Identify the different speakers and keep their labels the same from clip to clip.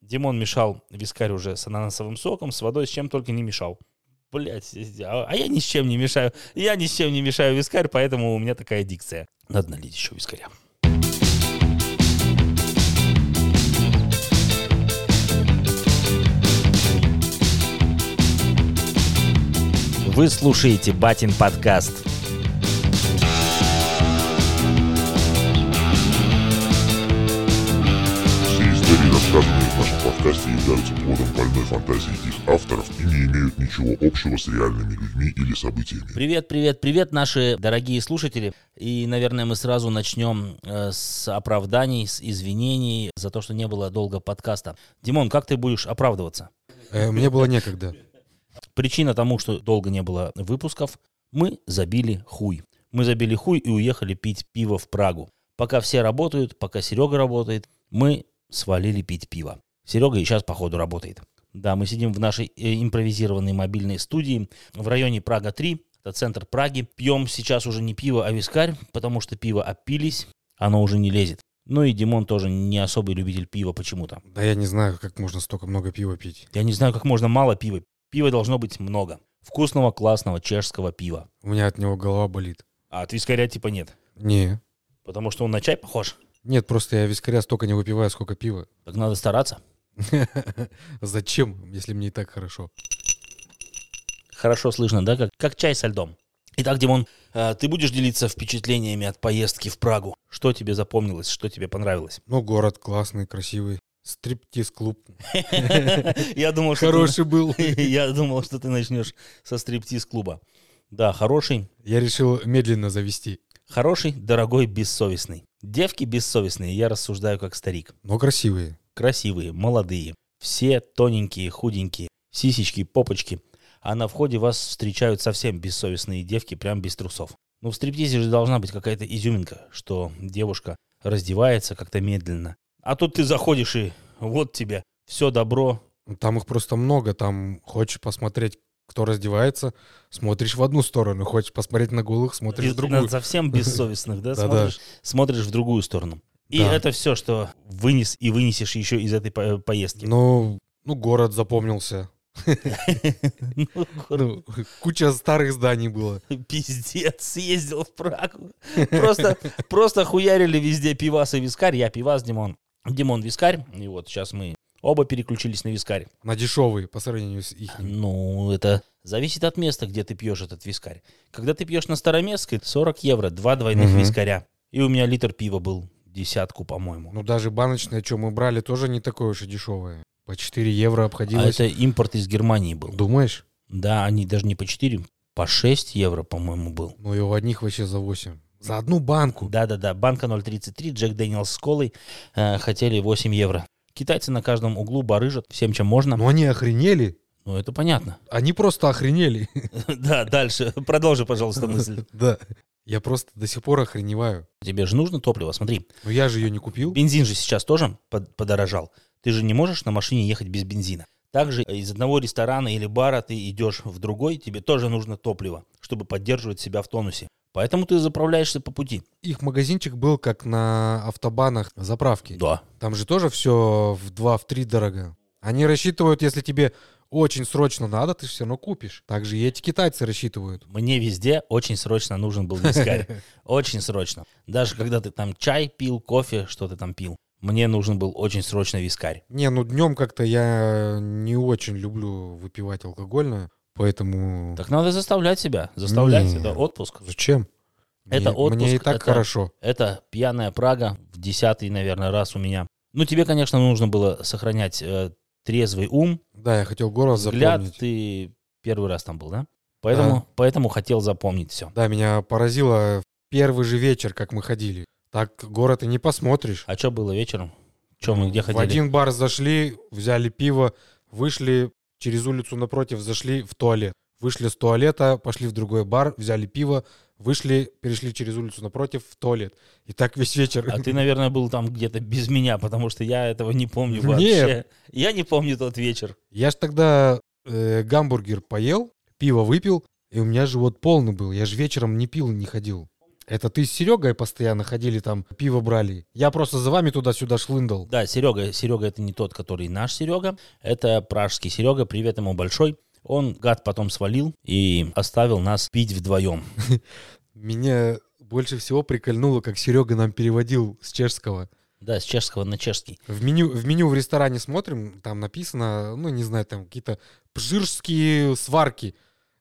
Speaker 1: Димон мешал вискарь уже с ананасовым соком, с водой, с чем только не мешал. Блять, а а я ни с чем не мешаю. Я ни с чем не мешаю вискарь, поэтому у меня такая дикция. Надо налить еще вискаря. Вы слушаете Батин подкаст.
Speaker 2: Все истории, рассказанные в нашем подкасте, являются плодом больной фантазии их авторов и не имеют ничего общего с реальными людьми или событиями.
Speaker 1: Привет, привет, привет, наши дорогие слушатели. И, наверное, мы сразу начнем э, с оправданий, с извинений за то, что не было долго подкаста. Димон, как ты будешь оправдываться?
Speaker 3: Э, Мне было некогда.
Speaker 1: Причина тому, что долго не было выпусков, мы забили хуй. Мы забили хуй и уехали пить пиво в Прагу. Пока все работают, пока Серега работает, мы свалили пить пиво. Серега и сейчас, походу, работает. Да, мы сидим в нашей э, импровизированной мобильной студии в районе Прага-3, это центр Праги. Пьем сейчас уже не пиво, а вискарь, потому что пиво опились, оно уже не лезет. Ну и Димон тоже не особый любитель пива почему-то.
Speaker 3: Да я не знаю, как можно столько много пива пить.
Speaker 1: Я не знаю, как можно мало пива. Пива должно быть много. Вкусного, классного чешского пива.
Speaker 3: У меня от него голова болит.
Speaker 1: А от вискаря типа нет.
Speaker 3: Не.
Speaker 1: Потому что он на чай похож.
Speaker 3: Нет, просто я вискаря столько не выпиваю, сколько пива.
Speaker 1: Так надо стараться.
Speaker 3: Зачем, если мне и так хорошо?
Speaker 1: Хорошо слышно, да? Как, как чай со льдом. Итак, Димон, э, ты будешь делиться впечатлениями от поездки в Прагу? Что тебе запомнилось, что тебе понравилось?
Speaker 3: Ну, город классный, красивый. Стриптиз-клуб
Speaker 1: Я думал, что ты-
Speaker 3: хороший был.
Speaker 1: Я думал, что ты начнешь со стриптиз-клуба. Да, хороший,
Speaker 3: Я решил медленно завести,
Speaker 1: хороший, дорогой, бессовестный. Девки бессовестные, я рассуждаю как старик.
Speaker 3: но красивые.
Speaker 1: красивые, молодые, все тоненькие, худенькие, сисечки, попочки. А на входе вас встречают совсем бессовестные девки, прям без трусов. Ну, в стриптизе же должна быть какая-то изюминка, что девушка раздевается как-то медленно. А тут ты заходишь и вот тебе все добро.
Speaker 3: Ну, Там их просто много, там хочешь посмотреть, кто раздевается, смотришь в одну сторону, хочешь посмотреть на голых, смотришь в
Speaker 1: Из-
Speaker 3: другую.
Speaker 1: на Совсем бессовестных, да?
Speaker 3: Да-да.
Speaker 1: Смотришь, смотришь в другую сторону. И
Speaker 3: Да.
Speaker 1: это все, что вынес и вынесешь еще из этой по- поездки.
Speaker 3: Ну, ну, город запомнился.
Speaker 1: Ну,
Speaker 3: Ну, куча старых зданий было.
Speaker 1: Пиздец, съездил в Прагу. Просто, просто хуярили везде пивас и вискарь. Я пивас, Димон. Димон вискарь. И вот сейчас мы оба переключились на вискарь.
Speaker 3: На дешевые по сравнению с их.
Speaker 1: Ну, это зависит от места, где ты пьешь этот вискарь. Когда ты пьешь на Староместской, 40 евро, два двойных
Speaker 3: Мгм.
Speaker 1: вискаря. И у меня литр пива был, десятку, по-моему. А
Speaker 3: Ну, даже баночное, что мы брали, тоже не такое уж и дешевое. По 4 евро
Speaker 1: А
Speaker 3: обходилось.
Speaker 1: это импорт из Германии был.
Speaker 3: Думаешь?
Speaker 1: Да, они даже не по 4, по 6 евро, по-моему, был.
Speaker 3: Ну, и у одних вообще за 8. За одну банку.
Speaker 1: Да-да-да, банка 0.33, Джек Дэниелс с колой э, хотели 8 евро. Китайцы на каждом углу барыжат всем, чем можно.
Speaker 3: Ну, они охренели.
Speaker 1: Ну, это понятно.
Speaker 3: Они просто охренели.
Speaker 1: Да, дальше. Продолжи, пожалуйста, мысль.
Speaker 3: Да. Я просто до сих пор охреневаю.
Speaker 1: Тебе же нужно топливо, смотри.
Speaker 3: Но я же ее не купил.
Speaker 1: Бензин же сейчас тоже под- подорожал. Ты же не можешь на машине ехать без бензина. Также из одного ресторана или бара ты идешь в другой, тебе тоже нужно топливо, чтобы поддерживать себя в тонусе. Поэтому ты заправляешься по пути.
Speaker 3: Их магазинчик был как на автобанах заправки.
Speaker 1: Да.
Speaker 3: Там же тоже все в 2 в 3 дорого. Они рассчитывают, если тебе очень срочно надо, ты все равно купишь. Так же и эти китайцы рассчитывают.
Speaker 1: Мне везде очень срочно нужен был вискарь. Очень срочно. Даже когда ты там чай пил, кофе, что ты там пил. Мне нужен был очень срочно вискарь.
Speaker 3: Не, ну днем как-то я не очень люблю выпивать алкогольное, поэтому...
Speaker 1: Так надо заставлять себя. Заставлять.
Speaker 3: Нет.
Speaker 1: Это отпуск.
Speaker 3: Зачем?
Speaker 1: Это
Speaker 3: мне,
Speaker 1: отпуск,
Speaker 3: Мне и так
Speaker 1: это-
Speaker 3: хорошо.
Speaker 1: Это пьяная Прага в десятый, наверное, раз у меня. Ну, тебе, конечно, нужно было сохранять э, трезвый ум,
Speaker 3: Да, я хотел город
Speaker 1: взгляд.
Speaker 3: запомнить.
Speaker 1: Ты первый раз там был, да? Поэтому, поэтому хотел запомнить все.
Speaker 3: Да, меня поразило в первый же вечер, как мы ходили. Так город и не посмотришь.
Speaker 1: А что было вечером? Чем мы где
Speaker 3: в
Speaker 1: ходили?
Speaker 3: один бар зашли, взяли пиво, вышли через улицу напротив, зашли в туалет. Вышли с туалета, пошли в другой бар, взяли пиво, вышли, перешли через улицу напротив в туалет. И так весь вечер.
Speaker 1: А ты, наверное, был там где-то без меня, потому что я этого не помню
Speaker 3: Нет.
Speaker 1: вообще. Я не помню тот вечер.
Speaker 3: Я ж тогда э, гамбургер поел, пиво выпил, и у меня живот полный был. Я же вечером не пил, и не ходил. Это ты с Серегой постоянно ходили там, пиво брали. Я просто за вами туда-сюда шлындал.
Speaker 1: Да, Серега, Серега это не тот, который наш Серега. Это пражский Серега, привет ему большой. Он, гад, потом свалил и оставил нас пить вдвоем.
Speaker 3: Меня больше всего прикольнуло, как Серега нам переводил с чешского.
Speaker 1: Да, с чешского на чешский.
Speaker 3: В меню, в меню в ресторане смотрим, там написано, ну, не знаю, там какие-то пжирские сварки.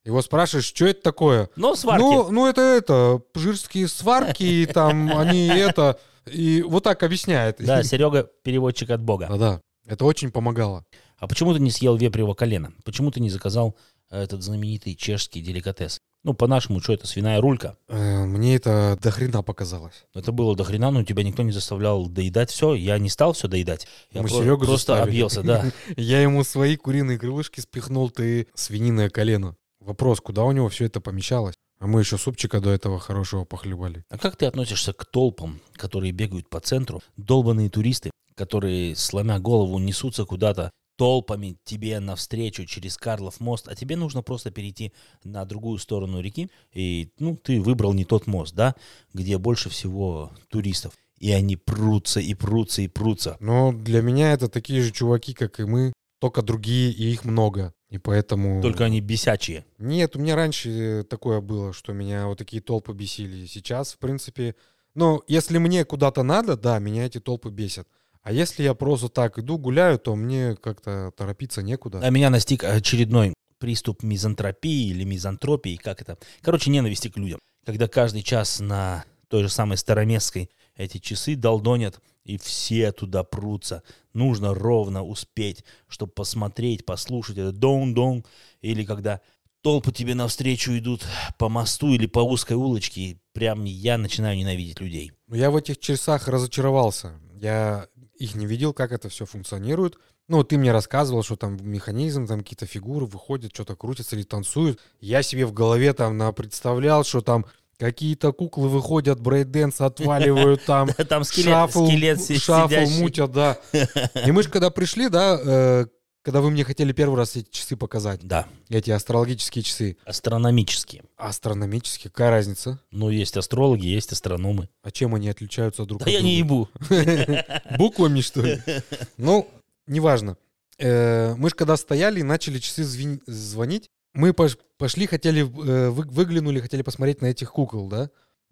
Speaker 3: Его спрашиваешь, что это такое?
Speaker 1: Но сварки.
Speaker 3: Ну, ну это это, пжирские сварки, и там они это, и вот так объясняет.
Speaker 1: Да, Серега переводчик от бога.
Speaker 3: Да, да. Это очень помогало.
Speaker 1: А почему ты не съел вепрево колено? Почему ты не заказал э, этот знаменитый чешский деликатес? Ну, по-нашему, что это, свиная рулька?
Speaker 3: Э, Мне это до хрена показалось.
Speaker 1: Это было до хрена, но тебя никто не заставлял доедать все. Я не стал все доедать. Я
Speaker 3: Мы
Speaker 1: про-
Speaker 3: Серегу
Speaker 1: просто
Speaker 3: заставили.
Speaker 1: объелся, да.
Speaker 3: Я ему свои куриные крылышки спихнул, ты свининое колено. Вопрос, куда у него все это помещалось? А мы еще супчика до этого хорошего похлебали.
Speaker 1: А как ты относишься к толпам, которые бегают по центру, долбанные туристы, которые, сломя голову, несутся куда-то толпами тебе навстречу через Карлов мост, а тебе нужно просто перейти на другую сторону реки, и, ну, ты выбрал не тот мост, да, где больше всего туристов, и они прутся, и прутся, и прутся.
Speaker 3: Но для меня это такие же чуваки, как и мы, только другие, и их много. И поэтому...
Speaker 1: Только они бесячие.
Speaker 3: Нет, у меня раньше такое было, что меня вот такие толпы бесили. Сейчас, в принципе, ну, если мне куда-то надо, да, меня эти толпы бесят. А если я просто так иду, гуляю, то мне как-то торопиться некуда.
Speaker 1: А меня настиг очередной приступ мизантропии или мизантропии, как это? Короче, ненависти к людям. Когда каждый час на той же самой Староместской эти часы долдонят, и все туда прутся. Нужно ровно успеть, чтобы посмотреть, послушать это дон-дон. Или когда толпы тебе навстречу идут по мосту или по узкой улочке, и прям я начинаю ненавидеть людей.
Speaker 3: Но я в этих часах разочаровался. Я их не видел, как это все функционирует. Ну, ты мне рассказывал, что там механизм, там какие-то фигуры выходят, что-то крутятся или танцуют. Я себе в голове там на- представлял, что там какие-то куклы выходят, брейденс отваливают там.
Speaker 1: Там скелет,
Speaker 3: шафл,
Speaker 1: скелет си-
Speaker 3: шафл
Speaker 1: сидящий.
Speaker 3: мутят, да. И мы же когда пришли, да, э, когда вы мне хотели первый раз эти часы показать,
Speaker 1: Да,
Speaker 3: эти астрологические часы,
Speaker 1: астрономические.
Speaker 3: астрономические, какая разница?
Speaker 1: Ну, есть астрологи, есть астрономы.
Speaker 3: А чем они отличаются друг
Speaker 1: Да
Speaker 3: от
Speaker 1: я
Speaker 3: друга?
Speaker 1: не ебу.
Speaker 3: Буквами, что ли? Ну, неважно. Э, Мы же когда стояли и начали часы звен- звонить, мы пош- пошли, хотели, э, вы- выглянули, хотели посмотреть на этих кукол, да?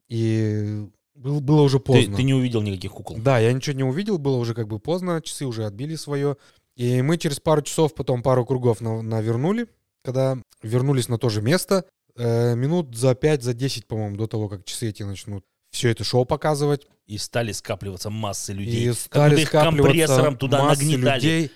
Speaker 3: И был- было уже
Speaker 1: Ты,
Speaker 3: поздно.
Speaker 1: ты не увидел никаких кукол.
Speaker 3: Да, я ничего не увидел, было уже как бы поздно, часы уже отбили свое. И мы через пару часов потом пару кругов на- навернули. Когда вернулись на то же место, э, минут за 5, за 10, по-моему, до того, как часы эти начнут все это шоу показывать.
Speaker 1: И стали скапливаться массы людей.
Speaker 3: И
Speaker 1: Как
Speaker 3: стали
Speaker 1: будто их компрессором
Speaker 3: скапливаться
Speaker 1: туда
Speaker 3: массы
Speaker 1: нагнетали.
Speaker 3: людей.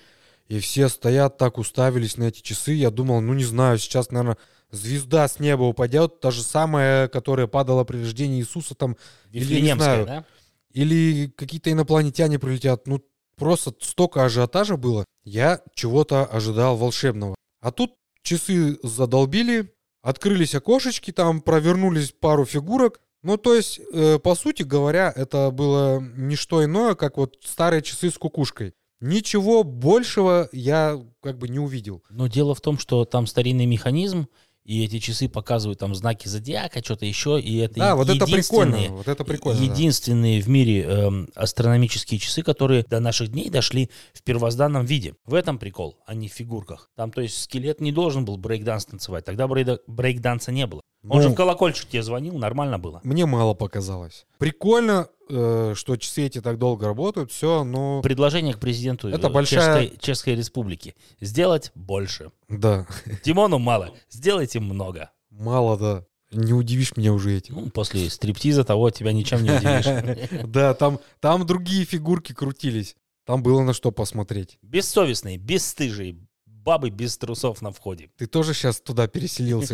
Speaker 3: И все стоят так, уставились на эти часы. Я думал, ну не знаю, сейчас, наверное, звезда с неба упадет. Та же самая, которая падала при рождении Иисуса там.
Speaker 1: Вифлеемская,
Speaker 3: Или, не
Speaker 1: да?
Speaker 3: Или какие-то инопланетяне прилетят. Ну, просто столько ажиотажа было. Я чего-то ожидал волшебного. А тут часы задолбили, открылись окошечки, там провернулись пару фигурок. Ну, то есть, э, по сути говоря, это было не что иное, как вот старые часы с кукушкой. Ничего большего я как бы не увидел.
Speaker 1: Но дело в том, что там старинный механизм, и эти часы показывают там знаки зодиака, что-то еще, и это
Speaker 3: да,
Speaker 1: е-
Speaker 3: вот это
Speaker 1: единственные-
Speaker 3: прикольно. Вот это прикольно. да.
Speaker 1: Единственные в мире эм, астрономические часы, которые до наших дней дошли в первозданном виде. В этом прикол, а не в фигурках. Там, то есть, скелет не должен был брейкданс танцевать. Тогда брейда- брейкданса не было. Он
Speaker 3: Ну,
Speaker 1: же в колокольчик тебе звонил, нормально было.
Speaker 3: Мне мало показалось. Прикольно, э, что часы эти так долго работают, все, но...
Speaker 1: Предложение к президенту
Speaker 3: Это
Speaker 1: э,
Speaker 3: большая-
Speaker 1: Чешской, Чешской Республики. Сделать больше.
Speaker 3: Да,
Speaker 1: Тимону мало, сделайте много.
Speaker 3: мало, да. Не удивишь меня уже этим.
Speaker 1: Ну, после стриптиза того тебя ничем не удивишь.
Speaker 3: Да, там, там другие фигурки крутились. Там было на что посмотреть.
Speaker 1: Бессовестные, бесстыжие, бабы без трусов на входе.
Speaker 3: Ты тоже сейчас туда переселился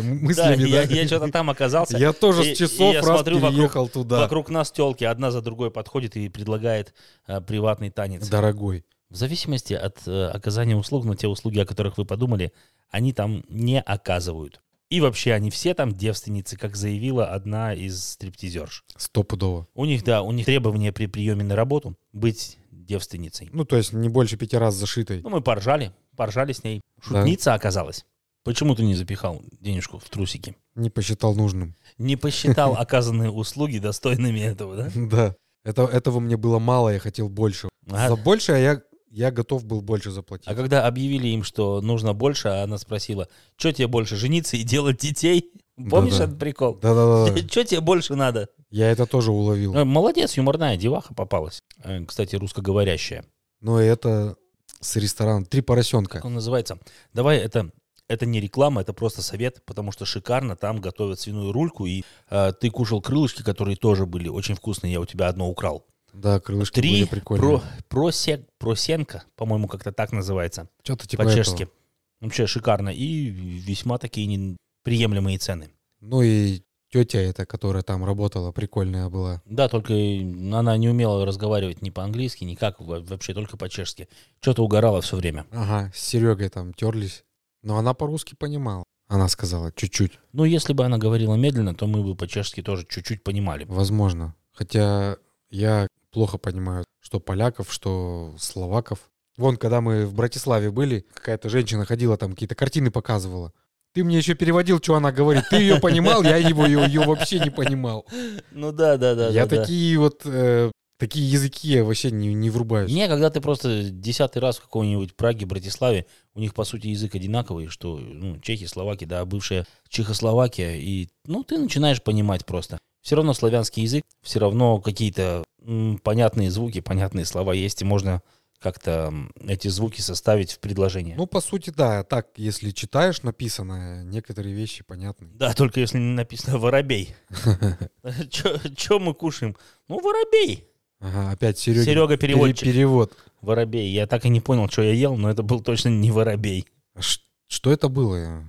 Speaker 3: м-
Speaker 1: Да,
Speaker 3: мыслями,
Speaker 1: я,
Speaker 3: да?
Speaker 1: я что-то там оказался.
Speaker 3: Я тоже
Speaker 1: и-
Speaker 3: с часов
Speaker 1: и я
Speaker 3: раз
Speaker 1: смотрю вокруг-
Speaker 3: переехал туда.
Speaker 1: Вокруг нас телки одна за другой подходит и предлагает э, приватный танец.
Speaker 3: Дорогой.
Speaker 1: В зависимости от э, оказания услуг, но те услуги, о которых вы подумали, они там не оказывают. И вообще они все там девственницы, как заявила одна из стриптизерш.
Speaker 3: Стопудово.
Speaker 1: У них, да, у них требование при приеме на работу быть девственницей.
Speaker 3: Ну, то есть не больше пяти раз зашитой.
Speaker 1: Ну, мы поржали, поржали с ней.
Speaker 3: Да.
Speaker 1: Шутница оказалась. Почему ты не запихал денежку в трусики?
Speaker 3: Не посчитал нужным.
Speaker 1: Не посчитал оказанные услуги достойными этого, да?
Speaker 3: Да. Это, этого мне было мало, я хотел больше.
Speaker 1: А-
Speaker 3: За большее я, я готов был больше заплатить.
Speaker 1: А когда объявили им, что нужно больше, а она спросила, что тебе больше, жениться и делать детей? Помнишь
Speaker 3: Да-да.
Speaker 1: этот прикол?
Speaker 3: Да-да-да.
Speaker 1: Что тебе больше надо?
Speaker 3: Я это тоже уловил.
Speaker 1: Э, Молодец, юморная деваха попалась. Э, Кстати, русскоговорящая.
Speaker 3: Но это с ресторана «Три поросенка».
Speaker 1: Как он называется? Давай, это, это не реклама, это просто совет, потому что шикарно там готовят свиную рульку, и э, ты кушал крылышки, которые тоже были очень вкусные, я у тебя одно украл.
Speaker 3: Да, крылышки
Speaker 1: Три
Speaker 3: были прикольные.
Speaker 1: про, просек, просенка, по-моему, как-то так называется.
Speaker 3: Что-то типа
Speaker 1: по-чешски.
Speaker 3: этого.
Speaker 1: Вообще шикарно. И весьма такие не- приемлемые цены.
Speaker 3: Ну и тетя эта, которая там работала, прикольная была.
Speaker 1: Да, только она не умела разговаривать ни по-английски, никак во- вообще, только по-чешски. Что-то угорала все время.
Speaker 3: Ага, с Серегой там терлись. Но она по-русски понимала. Она сказала, чуть-чуть,
Speaker 1: Ну, если бы она говорила медленно, то мы бы по-чешски тоже чуть-чуть понимали.
Speaker 3: возможно. Хотя я плохо понимаю, что поляков, что словаков. Вон, когда мы в Братиславе были, какая-то женщина ходила, там какие-то картины показывала. Ты мне еще переводил, что она говорит. Ты ее понимал, я его, ее, ее вообще не понимал.
Speaker 1: Ну да, да, да.
Speaker 3: я
Speaker 1: да, да.
Speaker 3: такие вот, э, такие языки я вообще не, не врубаюсь.
Speaker 1: Не, когда ты просто десятый раз в каком-нибудь Праге, Братиславе, у них, по сути, язык одинаковый, что ну, чехи, словаки, да, бывшая Чехословакия, и, ну, ты начинаешь понимать просто. Все равно славянский язык, все равно какие-то м, понятные звуки, понятные слова есть, и можно как-то м, эти звуки составить в предложение.
Speaker 3: Ну, по сути, да, так, если читаешь написанное, некоторые вещи понятны.
Speaker 1: да, только если не написано «воробей». Че мы кушаем? Ну, воробей.
Speaker 3: Ага, опять Серега.
Speaker 1: Серега переводчик.
Speaker 3: Перевод.
Speaker 1: Воробей. Я так и не понял, что я ел, но это был точно не воробей.
Speaker 3: А ш- Что это было?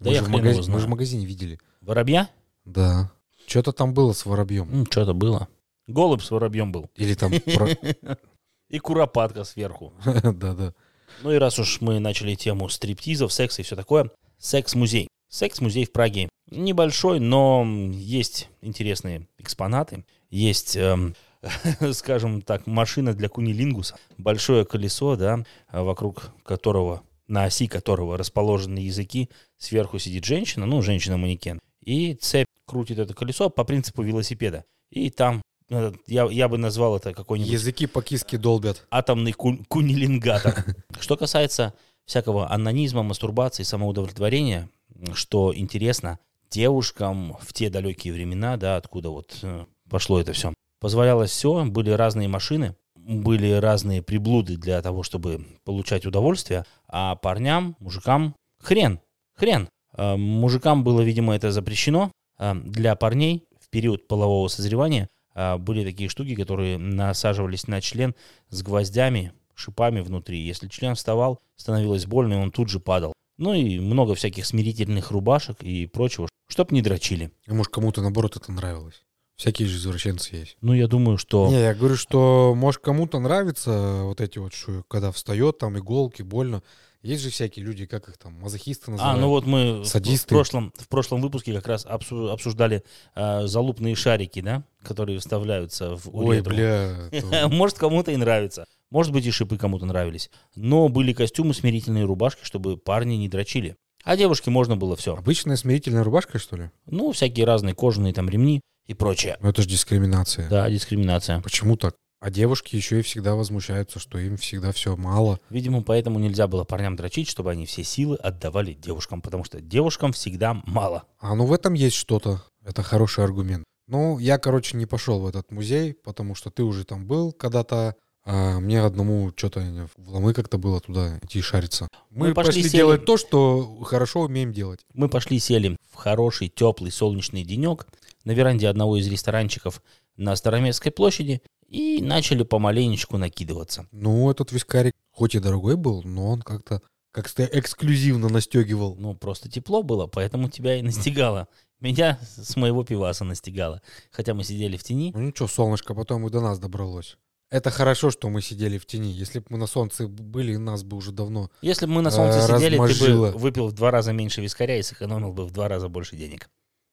Speaker 1: Да
Speaker 3: мы,
Speaker 1: я
Speaker 3: же
Speaker 1: хрен
Speaker 3: в
Speaker 1: его
Speaker 3: магазине, мы
Speaker 1: знаю.
Speaker 3: же в магазине видели.
Speaker 1: Воробья?
Speaker 3: Да. Что-то там было с воробьем.
Speaker 1: Ну, что-то было. Голубь с воробьем был.
Speaker 3: Или там... про-
Speaker 1: И куропатка сверху.
Speaker 3: Да-да.
Speaker 1: Ну и раз уж мы начали тему стриптизов, секса и все такое, секс-музей. Секс-музей в Праге небольшой, но есть интересные экспонаты. Есть, эм, скажем так, машина для кунилингуса. Большое колесо, да, вокруг которого, на оси которого расположены языки. Сверху сидит женщина, ну, женщина-манекен. И цепь крутит это колесо по принципу велосипеда. И там, э, я, я бы назвал это какой-нибудь
Speaker 3: Языки по киске долбят.
Speaker 1: атомный кун- кунилингатор. Что касается всякого анонизма, мастурбации, самоудовлетворения, что интересно, девушкам в те далекие времена, да, откуда вот э, пошло это все, позволялось все, были разные машины, были разные приблуды для того, чтобы получать удовольствие, а парням, мужикам хрен, хрен. Э, Мужикам было, видимо, это запрещено. Э, Для парней в период полового созревания э, были такие штуки, которые насаживались на член с гвоздями, шипами внутри. Если член вставал, становилось больно, и он тут же падал. Ну и много всяких смирительных рубашек и прочего, чтоб не дрочили.
Speaker 3: А Может, кому-то, наоборот, это нравилось. Всякие же извращенцы есть.
Speaker 1: Ну, я думаю, что...
Speaker 3: Не, я говорю, что, может, кому-то нравится вот эти вот, что когда встает, там иголки, больно. Есть же всякие люди, как их там, мазохисты
Speaker 1: А,
Speaker 3: называют.
Speaker 1: ну вот мы в- в
Speaker 3: Садисты.
Speaker 1: прошлом, в прошлом выпуске как раз обсу- обсуждали э, залупные шарики, да, которые вставляются в
Speaker 3: Ой,
Speaker 1: уретру.
Speaker 3: бля. это-
Speaker 1: Может, кому-то и нравится. Может быть, и шипы кому-то нравились. Но были костюмы, смирительные рубашки, чтобы парни не дрочили. А девушке можно было все.
Speaker 3: Обычная смирительная рубашка, что ли?
Speaker 1: Ну, всякие разные кожаные там ремни и прочее.
Speaker 3: Ну, это же дискриминация.
Speaker 1: Да, дискриминация.
Speaker 3: Почему так? А девушки еще и всегда возмущаются, что им всегда все мало.
Speaker 1: Видимо, поэтому нельзя было парням дрочить, чтобы они все силы отдавали девушкам, потому что девушкам всегда мало.
Speaker 3: А ну в этом есть что-то. Это хороший аргумент. Ну, я, короче, не пошел в этот музей, потому что ты уже там был когда-то, а мне одному что-то в ломы как-то было туда идти шариться. Мы,
Speaker 1: Мы Ну, пошли,
Speaker 3: пошли,
Speaker 1: сели.
Speaker 3: делать то, что хорошо умеем делать.
Speaker 1: Мы пошли сели в хороший, теплый, солнечный денек на веранде одного из ресторанчиков на Староместской площади и начали помаленечку накидываться.
Speaker 3: Ну, этот вискарик, хоть и дорогой был, но он как-то как-то эксклюзивно настегивал.
Speaker 1: Ну, просто тепло было, поэтому тебя и настигало. Меня с моего пиваса настигало. Хотя мы сидели в тени.
Speaker 3: Ну ничего, солнышко потом и до нас добралось. Это хорошо, что мы сидели в тени. Если бы мы на солнце были, нас бы уже давно
Speaker 1: Если бы мы на солнце
Speaker 3: А,
Speaker 1: сидели, ты бы
Speaker 3: размозжило.
Speaker 1: выпил в два раза меньше вискаря и сэкономил бы в два раза больше денег.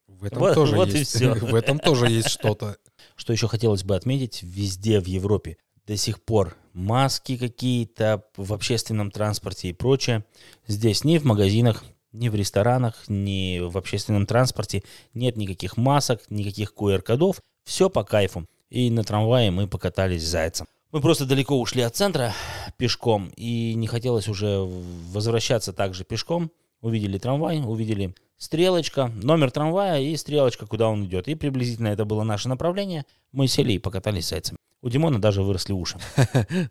Speaker 3: В этом
Speaker 1: Вот-
Speaker 3: тоже
Speaker 1: вот и
Speaker 3: есть.
Speaker 1: всё.
Speaker 3: В этом тоже есть что-то.
Speaker 1: Что еще хотелось бы отметить, везде в Европе до сих пор маски какие-то в общественном транспорте и прочее. Здесь ни в магазинах, Ни в ресторанах, ни в общественном транспорте нет никаких масок, никаких QR-кодов. Все по кайфу. И на трамвае мы покатались с зайцем. Мы просто далеко ушли от центра пешком, и не хотелось уже возвращаться также пешком. Увидели трамвай, увидели стрелочка, номер трамвая и стрелочка, куда он идет. И приблизительно это было наше направление. Мы сели и покатались с зайцами. У Димона даже выросли уши.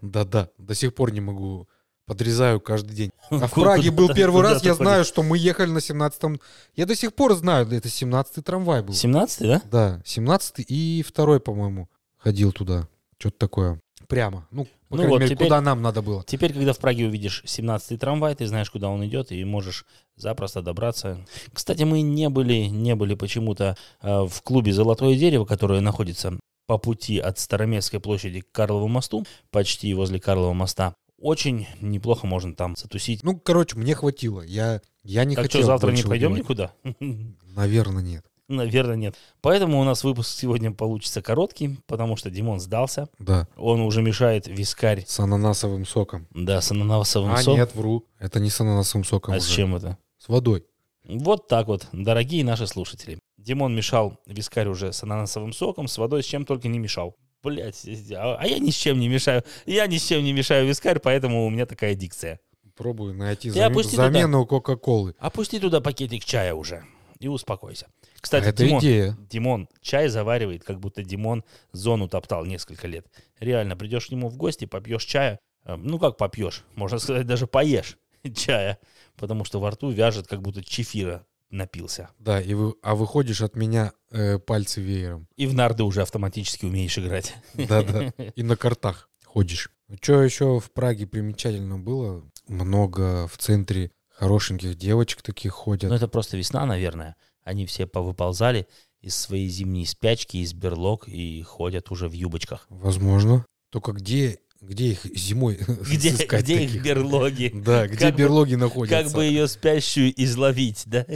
Speaker 3: Да-да, до сих пор не могу. Подрезаю каждый день. А в
Speaker 1: Куда-
Speaker 3: Праге был
Speaker 1: куда-
Speaker 3: первый
Speaker 1: куда
Speaker 3: раз,
Speaker 1: ты
Speaker 3: я
Speaker 1: ходишь?
Speaker 3: знаю, что мы ехали на 17-м. Я до сих пор знаю, да, это 17-й трамвай был.
Speaker 1: 17 да?
Speaker 3: Да, 17 и второй, по-моему, ходил туда. Что-то такое. Прямо. Ну,
Speaker 1: Ну
Speaker 3: по крайней
Speaker 1: вот
Speaker 3: мере,
Speaker 1: теперь-
Speaker 3: куда нам надо было.
Speaker 1: Теперь, когда в Праге увидишь 17-й трамвай, ты знаешь, куда он идет, и можешь запросто добраться. Кстати, мы не были, не были почему-то э, в клубе «Золотое дерево», которое находится по пути от Староместской площади к Карлову мосту, почти возле Карлова моста. Очень неплохо можно там затусить.
Speaker 3: Ну, короче, мне хватило. Я, я не
Speaker 1: так
Speaker 3: хотел
Speaker 1: что, завтра не
Speaker 3: больше
Speaker 1: пойдем
Speaker 3: выпивать.
Speaker 1: никуда?
Speaker 3: Наверное, нет.
Speaker 1: Наверное, нет. Поэтому у нас выпуск сегодня получится короткий, потому что Димон сдался.
Speaker 3: Да,
Speaker 1: Он уже мешает вискарь,
Speaker 3: с ананасовым соком.
Speaker 1: да, с ананасовым
Speaker 3: а,
Speaker 1: соком.
Speaker 3: нет, вру. Это не с ананасовым соком
Speaker 1: а с
Speaker 3: уже.
Speaker 1: чем это?
Speaker 3: С водой.
Speaker 1: Вот так вот, дорогие наши слушатели. Димон мешал вискарь уже с ананасовым соком, с водой, с чем только не мешал. Блять, а а я ни с чем не мешаю. Я ни с чем не мешаю вискарь, поэтому у меня такая дикция.
Speaker 3: Пробую найти
Speaker 1: Ты
Speaker 3: зам-
Speaker 1: опусти туда.
Speaker 3: замену Кока-Колы.
Speaker 1: Опусти туда пакетик чая уже и успокойся.
Speaker 3: А
Speaker 1: Кстати,
Speaker 3: Это
Speaker 1: Димон,
Speaker 3: идея.
Speaker 1: Димон чай заваривает, как будто Димон зону топтал несколько лет. Реально, придешь к нему в гости, попьешь чая. э, Ну как попьешь, можно сказать, даже поешь чая, потому что во рту вяжет, как будто чефира напился.
Speaker 3: Да, и вы, а выходишь от меня э, пальцы веером.
Speaker 1: И в нарды уже автоматически умеешь играть.
Speaker 3: Да-да. И на картах ходишь. Что еще в Праге примечательно было? Много в центре хорошеньких девочек таких
Speaker 1: Ну,
Speaker 3: ходят.
Speaker 1: это просто весна, наверное. Они все повыползали из своей зимней спячки, из берлог и ходят уже в юбочках.
Speaker 3: Возможно. Только где, где их зимой
Speaker 1: Где,
Speaker 3: сыскать
Speaker 1: где их
Speaker 3: таких?
Speaker 1: берлоги?
Speaker 3: Да, где
Speaker 1: бы-
Speaker 3: берлоги
Speaker 1: Как
Speaker 3: находятся.
Speaker 1: бы ее спящую изловить, да?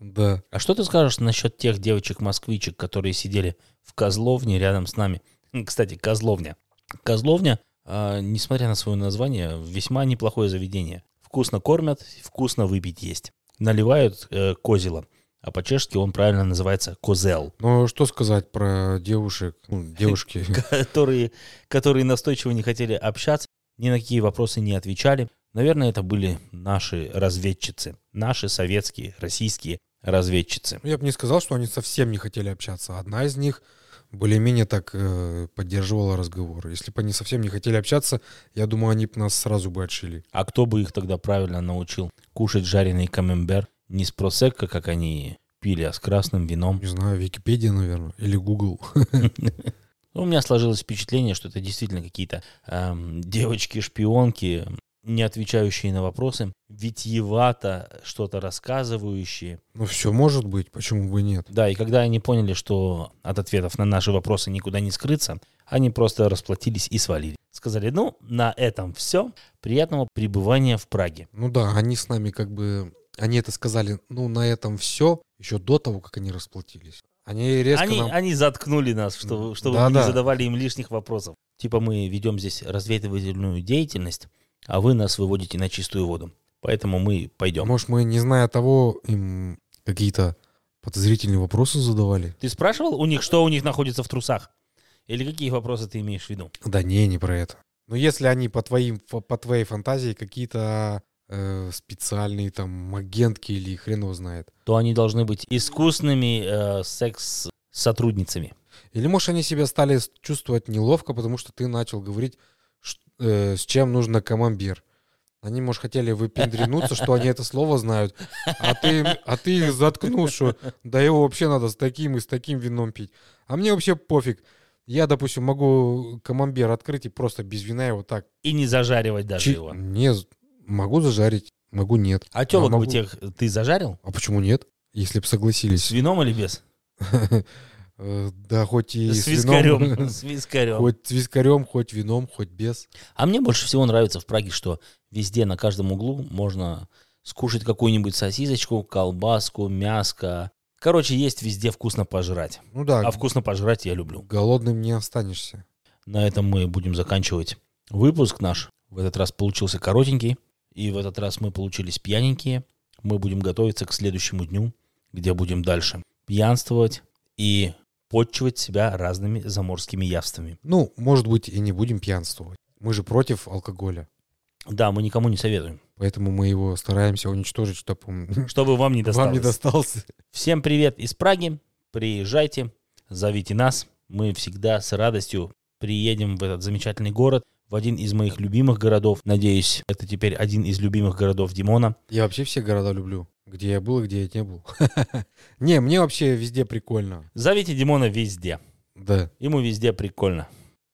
Speaker 3: Да.
Speaker 1: А что ты скажешь насчет тех девочек-москвичек, которые сидели в Козловне рядом с нами? М, Кстати, Козловня. Козловня, а, несмотря на свое название, весьма неплохое заведение. Вкусно кормят, вкусно выпить есть. Наливают э, козела, а по-чешски он правильно называется козел,
Speaker 3: Ну, что сказать про девушек? Ну, девушки.
Speaker 1: которые, которые настойчиво не хотели общаться, ни на какие вопросы не отвечали. Наверное, это были наши разведчицы, наши советские, российские разведчицы.
Speaker 3: Ну, Я бы не сказал, что они совсем не хотели общаться. Одна из них более-менее так э, поддерживала разговор. Если бы они совсем не хотели общаться, я думаю, они бы нас сразу бы отшили.
Speaker 1: А кто бы их тогда правильно научил кушать жареный камембер не с просекко, как они пили, а с красным вином?
Speaker 3: Не знаю, Википедия, наверное, или Google.
Speaker 1: Ну, у меня сложилось впечатление, что это действительно какие-то эм, девочки-шпионки, не отвечающие на вопросы, витьевато что-то рассказывающие.
Speaker 3: Ну, все может быть, почему бы и нет?
Speaker 1: Да, и когда они поняли, что от ответов на наши вопросы никуда не скрыться, они просто расплатились и свалили. Сказали, ну, на этом все. Приятного пребывания в Праге.
Speaker 3: Ну да, они с нами как бы... Они это сказали, ну, на этом все, еще до того, как они расплатились. Они резко
Speaker 1: Они,
Speaker 3: нам...
Speaker 1: они заткнули нас, чтобы, чтобы мы
Speaker 3: Да-да.
Speaker 1: не задавали им лишних вопросов. Типа мы ведем здесь разведывательную деятельность, а вы нас выводите на чистую воду. Поэтому мы пойдем.
Speaker 3: Может, мы, не зная того, им какие-то подозрительные вопросы задавали?
Speaker 1: Ты спрашивал у них, что у них находится в трусах? Или какие вопросы ты имеешь в виду?
Speaker 3: Да не, не про это. Но если они по, твоим, фа- по твоей фантазии какие-то э, специальные там агентки или хрен его знает.
Speaker 1: То они должны быть искусными э, секс-сотрудницами.
Speaker 3: Или, может, они себя стали с- чувствовать неловко, потому что ты начал говорить, ш- э, с чем нужно камамбер. Они, может, хотели выпендренуться, что они это слово знают, а ты, им- а ты их заткнул, что да его вообще надо с таким и с таким вином пить. А мне вообще пофиг. Я, допустим, могу камамбер открыть и просто без вина его так...
Speaker 1: И не зажаривать даже
Speaker 3: чи-
Speaker 1: его.
Speaker 3: Не, з- могу зажарить, могу нет.
Speaker 1: А телок
Speaker 3: могу.
Speaker 1: бы тех ты зажарил?
Speaker 3: А почему нет? Если бы
Speaker 1: С
Speaker 3: согласились.
Speaker 1: вином или без?
Speaker 3: Э, Да, хоть и
Speaker 1: с
Speaker 3: с вином.
Speaker 1: вискарем. С вискарем.
Speaker 3: Хоть с вискарем, хоть вином, хоть без.
Speaker 1: А мне больше всего нравится в Праге, что везде на каждом углу можно скушать какую-нибудь сосисочку, колбаску, мяско. Короче, есть везде вкусно пожрать.
Speaker 3: Ну да,
Speaker 1: А вкусно пожрать я люблю.
Speaker 3: голодным не останешься.
Speaker 1: На этом мы будем заканчивать выпуск наш. В этот раз получился коротенький. И в этот раз мы получились пьяненькие. мы будем готовиться к следующему дню, где будем дальше пьянствовать и подчивать себя разными заморскими явствами.
Speaker 3: Ну, может быть, и не будем пьянствовать. Мы же против алкоголя.
Speaker 1: Да, мы никому не советуем,
Speaker 3: Поэтому мы его стараемся уничтожить, чтобы он
Speaker 1: чтобы вам не досталось.
Speaker 3: вам не достался.
Speaker 1: Всем привет из Праги. Приезжайте, зовите нас. Мы всегда с радостью приедем в этот замечательный город, в один из моих любимых городов. Надеюсь, это теперь один из любимых городов Димона.
Speaker 3: Я вообще все города люблю. Где я был и где я не был. Не, мне вообще везде прикольно.
Speaker 1: Зовите Димона везде.
Speaker 3: Да.
Speaker 1: Ему везде прикольно.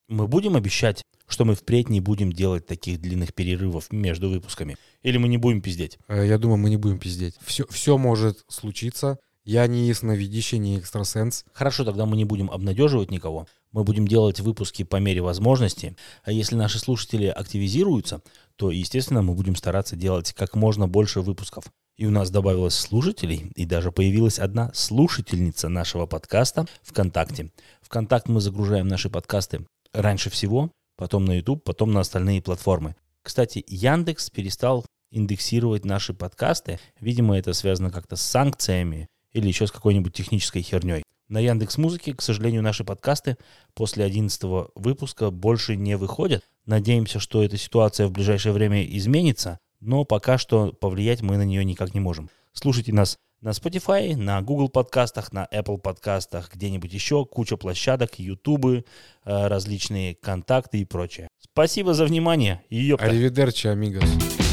Speaker 1: Мы будем обещать, что мы впредь не будем делать таких длинных перерывов между выпусками. Или мы не будем пиздеть.
Speaker 3: Э, Я думаю, мы не будем пиздеть. Все, все может случиться. Я не ясновидящий, не экстрасенс.
Speaker 1: Хорошо, тогда мы не будем обнадеживать никого. Мы будем делать выпуски по мере возможности. А если наши слушатели активизируются, то, естественно, мы будем стараться делать как можно больше выпусков. И у нас добавилось слушателей, и даже появилась одна слушательница нашего подкаста ВКонтакте. ВКонтакт мы загружаем наши подкасты раньше всего, потом на YouTube, потом на остальные платформы. Кстати, Яндекс перестал индексировать наши подкасты. Видимо, это связано как-то с санкциями или еще с какой-нибудь технической херней. На Яндекс Музыке, к сожалению, наши подкасты после 11 выпуска больше не выходят. Надеемся, что эта ситуация в ближайшее время изменится, но пока что повлиять мы на нее никак не можем. Слушайте нас на Spotify, на Google подкастах, на Apple подкастах, где-нибудь еще, куча площадок, ютубы, э, различные контакты и прочее. Спасибо за внимание. Ёпта.
Speaker 3: Аривидерчи, амигос.